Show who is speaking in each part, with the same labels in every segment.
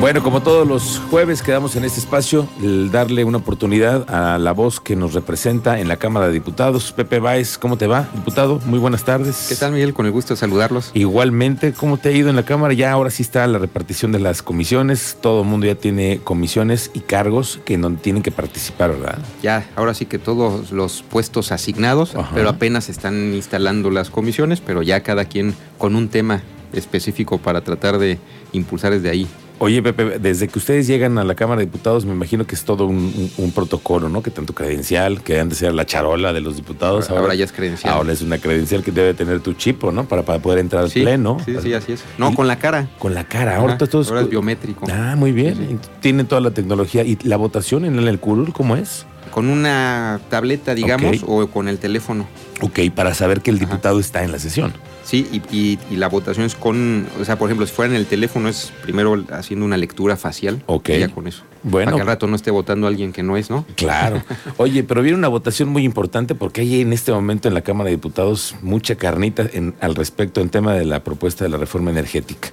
Speaker 1: Bueno, como todos los jueves quedamos en este espacio, el darle una oportunidad a la voz que nos representa en la Cámara de Diputados. Pepe Báez, ¿cómo te va, diputado? Muy buenas tardes.
Speaker 2: ¿Qué tal, Miguel? Con el gusto de saludarlos.
Speaker 1: Igualmente, ¿cómo te ha ido en la Cámara? Ya ahora sí está la repartición de las comisiones, todo el mundo ya tiene comisiones y cargos que no tienen que participar, ¿verdad?
Speaker 2: Ya, ahora sí que todos los puestos asignados,
Speaker 1: Ajá.
Speaker 2: pero apenas están instalando las comisiones, pero ya cada quien con un tema específico para tratar de impulsar desde ahí.
Speaker 1: Oye, Pepe, desde que ustedes llegan a la Cámara de Diputados, me imagino que es todo un, un- un protocolo, ¿no? Que tanto credencial, que antes era la charola de los diputados,
Speaker 2: Ahora, ya es credencial.
Speaker 1: Ahora es una credencial que debe tener tu chipo, ¿no? Para, para poder entrar al
Speaker 2: sí,
Speaker 1: pleno.
Speaker 2: Sí, sí, así es. No, con la cara.
Speaker 1: Con la cara. Ahora
Speaker 2: Ajá,
Speaker 1: todo es-
Speaker 2: ahora es biométrico.
Speaker 1: Ah, muy bien.
Speaker 2: Sí, sí.
Speaker 1: Tienen toda la tecnología. ¿Y la votación en el curul cómo es?
Speaker 2: Con una tableta, digamos,
Speaker 1: Ok.
Speaker 2: o con el teléfono.
Speaker 1: Ok, para saber que el
Speaker 2: Ajá.
Speaker 1: diputado está en la sesión.
Speaker 2: Sí, y, y- y la votación es con, o sea, por ejemplo, si fuera en el teléfono es primero haciendo una lectura facial.
Speaker 1: Ok.
Speaker 2: y ya con eso.
Speaker 1: Bueno.
Speaker 2: Para que al rato no esté votando alguien que no es, ¿no?
Speaker 1: Claro. Oye, pero viene una votación muy importante porque hay en este momento en la Cámara de Diputados mucha carnita en- al respecto en tema de la propuesta de la reforma energética.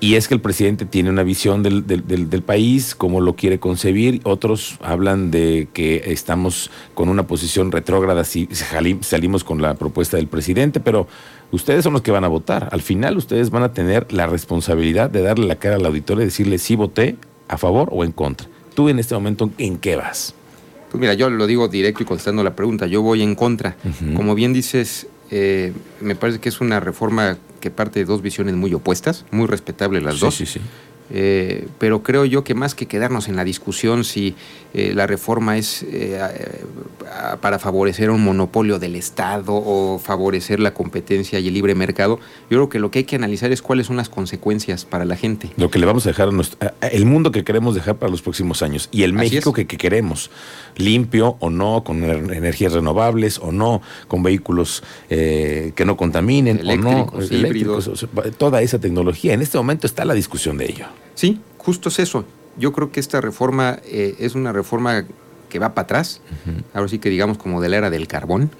Speaker 1: Y es que el presidente tiene una visión del, del- del- del país, cómo lo quiere concebir. Otros hablan de que estamos con una posición retrógrada si jali- salimos con la propuesta del presidente, pero ustedes son los que van a votar. Al final ustedes van a tener la responsabilidad de darle la cara al auditorio y decirle si voté a favor o en contra. Tú en este momento, ¿en qué vas?
Speaker 2: Pues mira, yo lo digo directo y contestando la pregunta, yo voy en contra.
Speaker 1: Ujú.
Speaker 2: Como bien dices, eh, me parece que es una reforma que parte de dos visiones muy opuestas, muy respetables las
Speaker 1: Sí,
Speaker 2: dos.
Speaker 1: sí, sí.
Speaker 2: Eh, pero creo yo que más que quedarnos en la discusión si eh, la reforma es eh, a- eh, a- para favorecer un monopolio del Estado o favorecer la competencia y el libre mercado, yo creo que lo que hay que analizar es cuáles son las consecuencias para la gente.
Speaker 1: Lo que le vamos a dejar a nuestro, a- a- el mundo que queremos dejar para los próximos años y el
Speaker 2: Así
Speaker 1: México
Speaker 2: es.
Speaker 1: que, que queremos, limpio o no, con ener- energías renovables o no, con vehículos eh, que no contaminen o no, eh,
Speaker 2: Eléctricos, híbridos.
Speaker 1: o sea, va- toda esa tecnología. En este momento está la discusión de ello.
Speaker 2: Sí, justo es eso. Yo creo que esta reforma eh, es una reforma que va para atrás, ahora sí que digamos como de la era del carbón,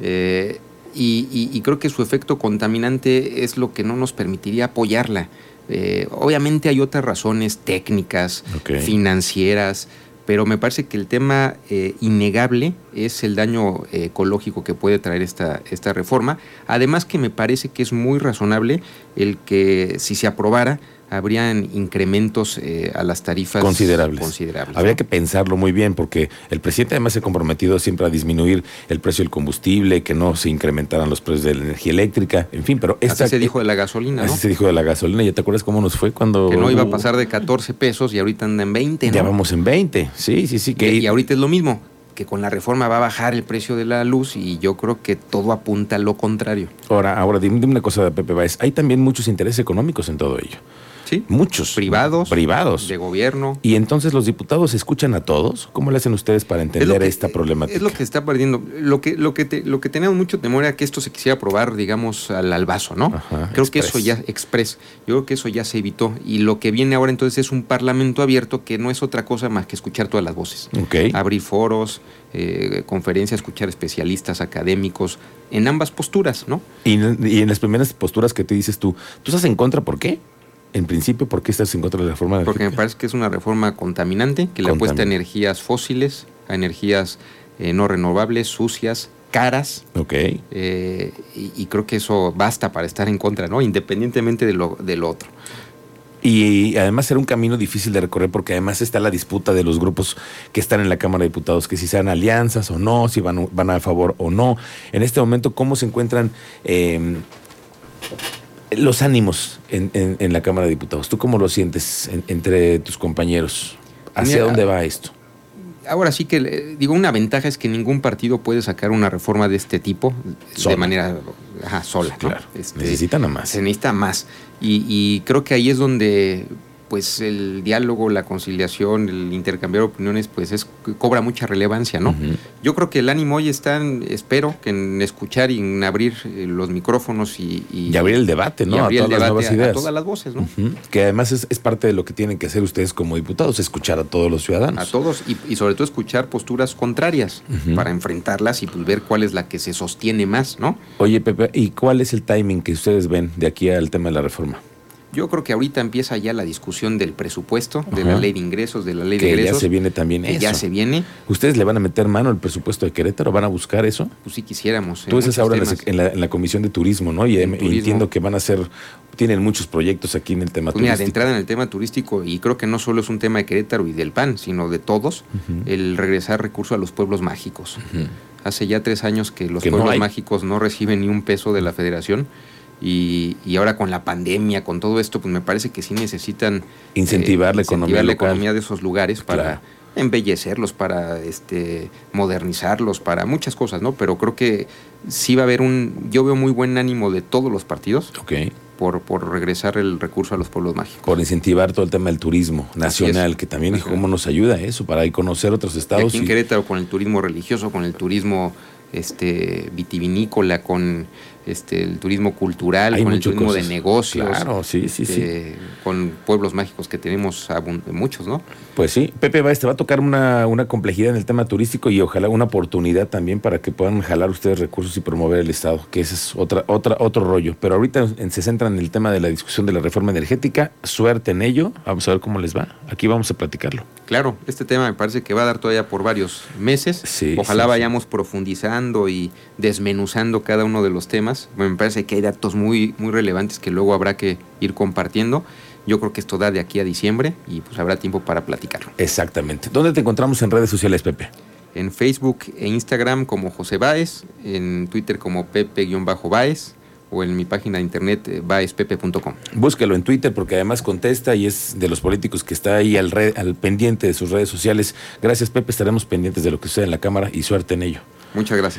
Speaker 2: Eh, y, y- y creo que su efecto contaminante es lo que no nos permitiría apoyarla. Eh, obviamente hay otras razones técnicas,
Speaker 1: Ok.
Speaker 2: financieras, pero me parece que el tema eh, innegable es el daño eh, ecológico que puede traer esta, esta reforma. Además que me parece que es muy razonable el que si se aprobara habrían incrementos eh, a las tarifas
Speaker 1: Considerables.
Speaker 2: considerables,
Speaker 1: Habría
Speaker 2: ¿no?
Speaker 1: que pensarlo muy bien porque el presidente además se ha comprometido siempre a disminuir el precio del combustible, que no se incrementaran los precios de la energía eléctrica, en fin, pero
Speaker 2: Así
Speaker 1: esta,
Speaker 2: se dijo de la gasolina,
Speaker 1: así
Speaker 2: ¿no?
Speaker 1: se dijo de la gasolina. ¿Ya te acuerdas cómo nos fue cuando
Speaker 2: Que no iba a
Speaker 1: hubo-
Speaker 2: pasar de 14 pesos y ahorita anda en 20, ¿no?
Speaker 1: Oh. Ya vamos en 20. Sí, sí, sí. Que
Speaker 2: Y, y ahorita es lo mismo, que con la reforma va a bajar el precio de la luz y yo creo que todo apunta a lo contrario.
Speaker 1: Ahora, ahora dime, dime una cosa de Pepe Báez. Hay también muchos intereses económicos en todo ello.
Speaker 2: ¿Sí?
Speaker 1: Muchos.
Speaker 2: Privados.
Speaker 1: Privados.
Speaker 2: De gobierno.
Speaker 1: Y entonces los diputados escuchan a todos. ¿Cómo le hacen ustedes para
Speaker 2: Es lo
Speaker 1: entender
Speaker 2: que-
Speaker 1: esta problemática?
Speaker 2: Es lo que está perdiendo. Lo que, lo que, te- lo que teníamos mucho temor era que esto se quisiera aprobar, digamos, al albazo, ¿no?
Speaker 1: Ajá,
Speaker 2: creo que
Speaker 1: express.
Speaker 2: eso ya, express, yo creo que eso ya se evitó. Y lo que viene ahora entonces es un parlamento abierto que no es otra cosa más que escuchar todas las voces.
Speaker 1: Ok.
Speaker 2: Abrir foros, eh, conferencias, escuchar especialistas, académicos, en ambas posturas, ¿no?
Speaker 1: Y, en- y en las primeras posturas que te dices tú, ¿tú estás en contra por qué? En principio, ¿por qué estás en contra de la reforma de
Speaker 2: Porque me parece que es una reforma contaminante, que le apuesta a
Speaker 1: Contamin-
Speaker 2: energías fósiles, a energías eh, no renovables, sucias, caras.
Speaker 1: Ok.
Speaker 2: eh, y, y creo que eso basta para estar en contra, ¿no? Independientemente de lo, del otro.
Speaker 1: Y además era un camino difícil de recorrer porque además está la disputa de los grupos que están en la Cámara de Diputados, que si sean alianzas o no, si van, van a favor o no. En este momento, ¿cómo se encuentran eh, los ánimos en, en- en la Cámara de Diputados? ¿Tú cómo lo sientes en- entre tus compañeros? ¿Hacia
Speaker 2: Mira,
Speaker 1: dónde va esto?
Speaker 2: Ahora sí que, eh, digo, una ventaja es que ningún partido puede sacar una reforma de este tipo
Speaker 1: Sola.
Speaker 2: de manera ajá, sola. ¿no?
Speaker 1: Claro,
Speaker 2: Este,
Speaker 1: necesitan a más.
Speaker 2: se necesita más. Y, y creo que ahí es donde pues el diálogo, la conciliación, el intercambiar opiniones, pues es cobra mucha relevancia, ¿no?
Speaker 1: Ujú.
Speaker 2: Yo creo que el ánimo hoy está, en- espero, que en escuchar y en abrir eh, los micrófonos y, y-
Speaker 1: Y abrir el debate,
Speaker 2: y
Speaker 1: ¿no? A
Speaker 2: abrir
Speaker 1: todas
Speaker 2: el
Speaker 1: las
Speaker 2: debate
Speaker 1: nuevas
Speaker 2: a-
Speaker 1: ideas.
Speaker 2: a todas las voces, ¿no?
Speaker 1: Ujú. Que además es, es parte de lo que tienen que hacer ustedes como diputados, escuchar a todos los ciudadanos.
Speaker 2: A todos y, y sobre todo escuchar posturas contrarias
Speaker 1: Ujú.
Speaker 2: para enfrentarlas y pues, ver cuál es la que se sostiene más, ¿no?
Speaker 1: Oye, Pepe, ¿y cuál es el timing que ustedes ven de aquí al tema de la reforma?
Speaker 2: Yo creo que ahorita empieza ya la discusión del presupuesto, de la
Speaker 1: Ajá.
Speaker 2: ley de ingresos, de la ley de
Speaker 1: Que ya
Speaker 2: ingresos.
Speaker 1: se viene también eso.
Speaker 2: ya se viene,
Speaker 1: ¿Ustedes le van a meter mano al presupuesto de Querétaro? ¿Van a buscar eso?
Speaker 2: pues si quisiéramos. en
Speaker 1: Tú estás
Speaker 2: muchos
Speaker 1: ahora en la,
Speaker 2: temas.
Speaker 1: sec- en, la, en la Comisión de Turismo, ¿no? Y
Speaker 2: En
Speaker 1: em-
Speaker 2: turismo.
Speaker 1: entiendo que van a hacer, tienen muchos proyectos aquí en el tema
Speaker 2: Pues mira, de
Speaker 1: turístico.
Speaker 2: entrada en el tema turístico, y creo que no solo es un tema de Querétaro y del PAN, sino de todos, el regresar recursos a los pueblos mágicos. Hace ya tres años que los
Speaker 1: Que no
Speaker 2: pueblos
Speaker 1: hay.
Speaker 2: mágicos no reciben ni un peso de la federación. Y, y ahora con la pandemia, con todo esto, pues me parece que sí necesitan eh,
Speaker 1: Incentivar la economía
Speaker 2: incentivar la
Speaker 1: local.
Speaker 2: economía de esos lugares para
Speaker 1: Claro.
Speaker 2: embellecerlos, para este modernizarlos, para muchas cosas, ¿no? Pero creo que sí va a haber un, yo veo muy buen ánimo de todos los partidos
Speaker 1: Ok.
Speaker 2: por, por regresar el recurso a los pueblos mágicos.
Speaker 1: Por incentivar todo el tema del turismo nacional, que también
Speaker 2: Ajá.
Speaker 1: cómo nos ayuda eso para ir conocer otros
Speaker 2: Y
Speaker 1: estados.
Speaker 2: aquí en
Speaker 1: y-
Speaker 2: Querétaro con el turismo religioso, con el turismo este vitivinícola, con este el turismo cultural,
Speaker 1: Hay
Speaker 2: con el
Speaker 1: muchas
Speaker 2: turismo
Speaker 1: cosas.
Speaker 2: de negocios.
Speaker 1: Claro, sí, sí, sí.
Speaker 2: este, Con pueblos mágicos que tenemos abun- muchos, ¿no?
Speaker 1: Pues sí, Pepe va, te va a tocar una, una complejidad en el tema turístico y ojalá una oportunidad también para que puedan jalar ustedes recursos y promover el Estado, que ese es otra, otra, otro rollo. Pero ahorita en- se centran en el tema de la discusión de la reforma energética, suerte en ello, vamos a ver cómo les va, aquí vamos a platicarlo.
Speaker 2: Claro, este tema me parece que va a dar todavía por varios meses.
Speaker 1: Sí,
Speaker 2: Ojalá
Speaker 1: sí, sí.
Speaker 2: vayamos profundizando y desmenuzando cada uno de los temas. Me parece que hay datos muy, muy relevantes que luego habrá que ir compartiendo. Yo creo que esto da de aquí a diciembre y pues habrá tiempo para platicarlo.
Speaker 1: Exactamente. ¿Dónde te encontramos en redes sociales, Pepe?
Speaker 2: En Facebook e Instagram como José Baez, en Twitter como Pepe-Baez o en mi página de internet eh, baezpepe.com.
Speaker 1: Búscalo en Twitter porque además contesta y es de los políticos que está ahí al, red- al pendiente de sus redes sociales. Gracias, Pepe, estaremos pendientes de lo que sucede en la Cámara y suerte en ello.
Speaker 2: Muchas gracias.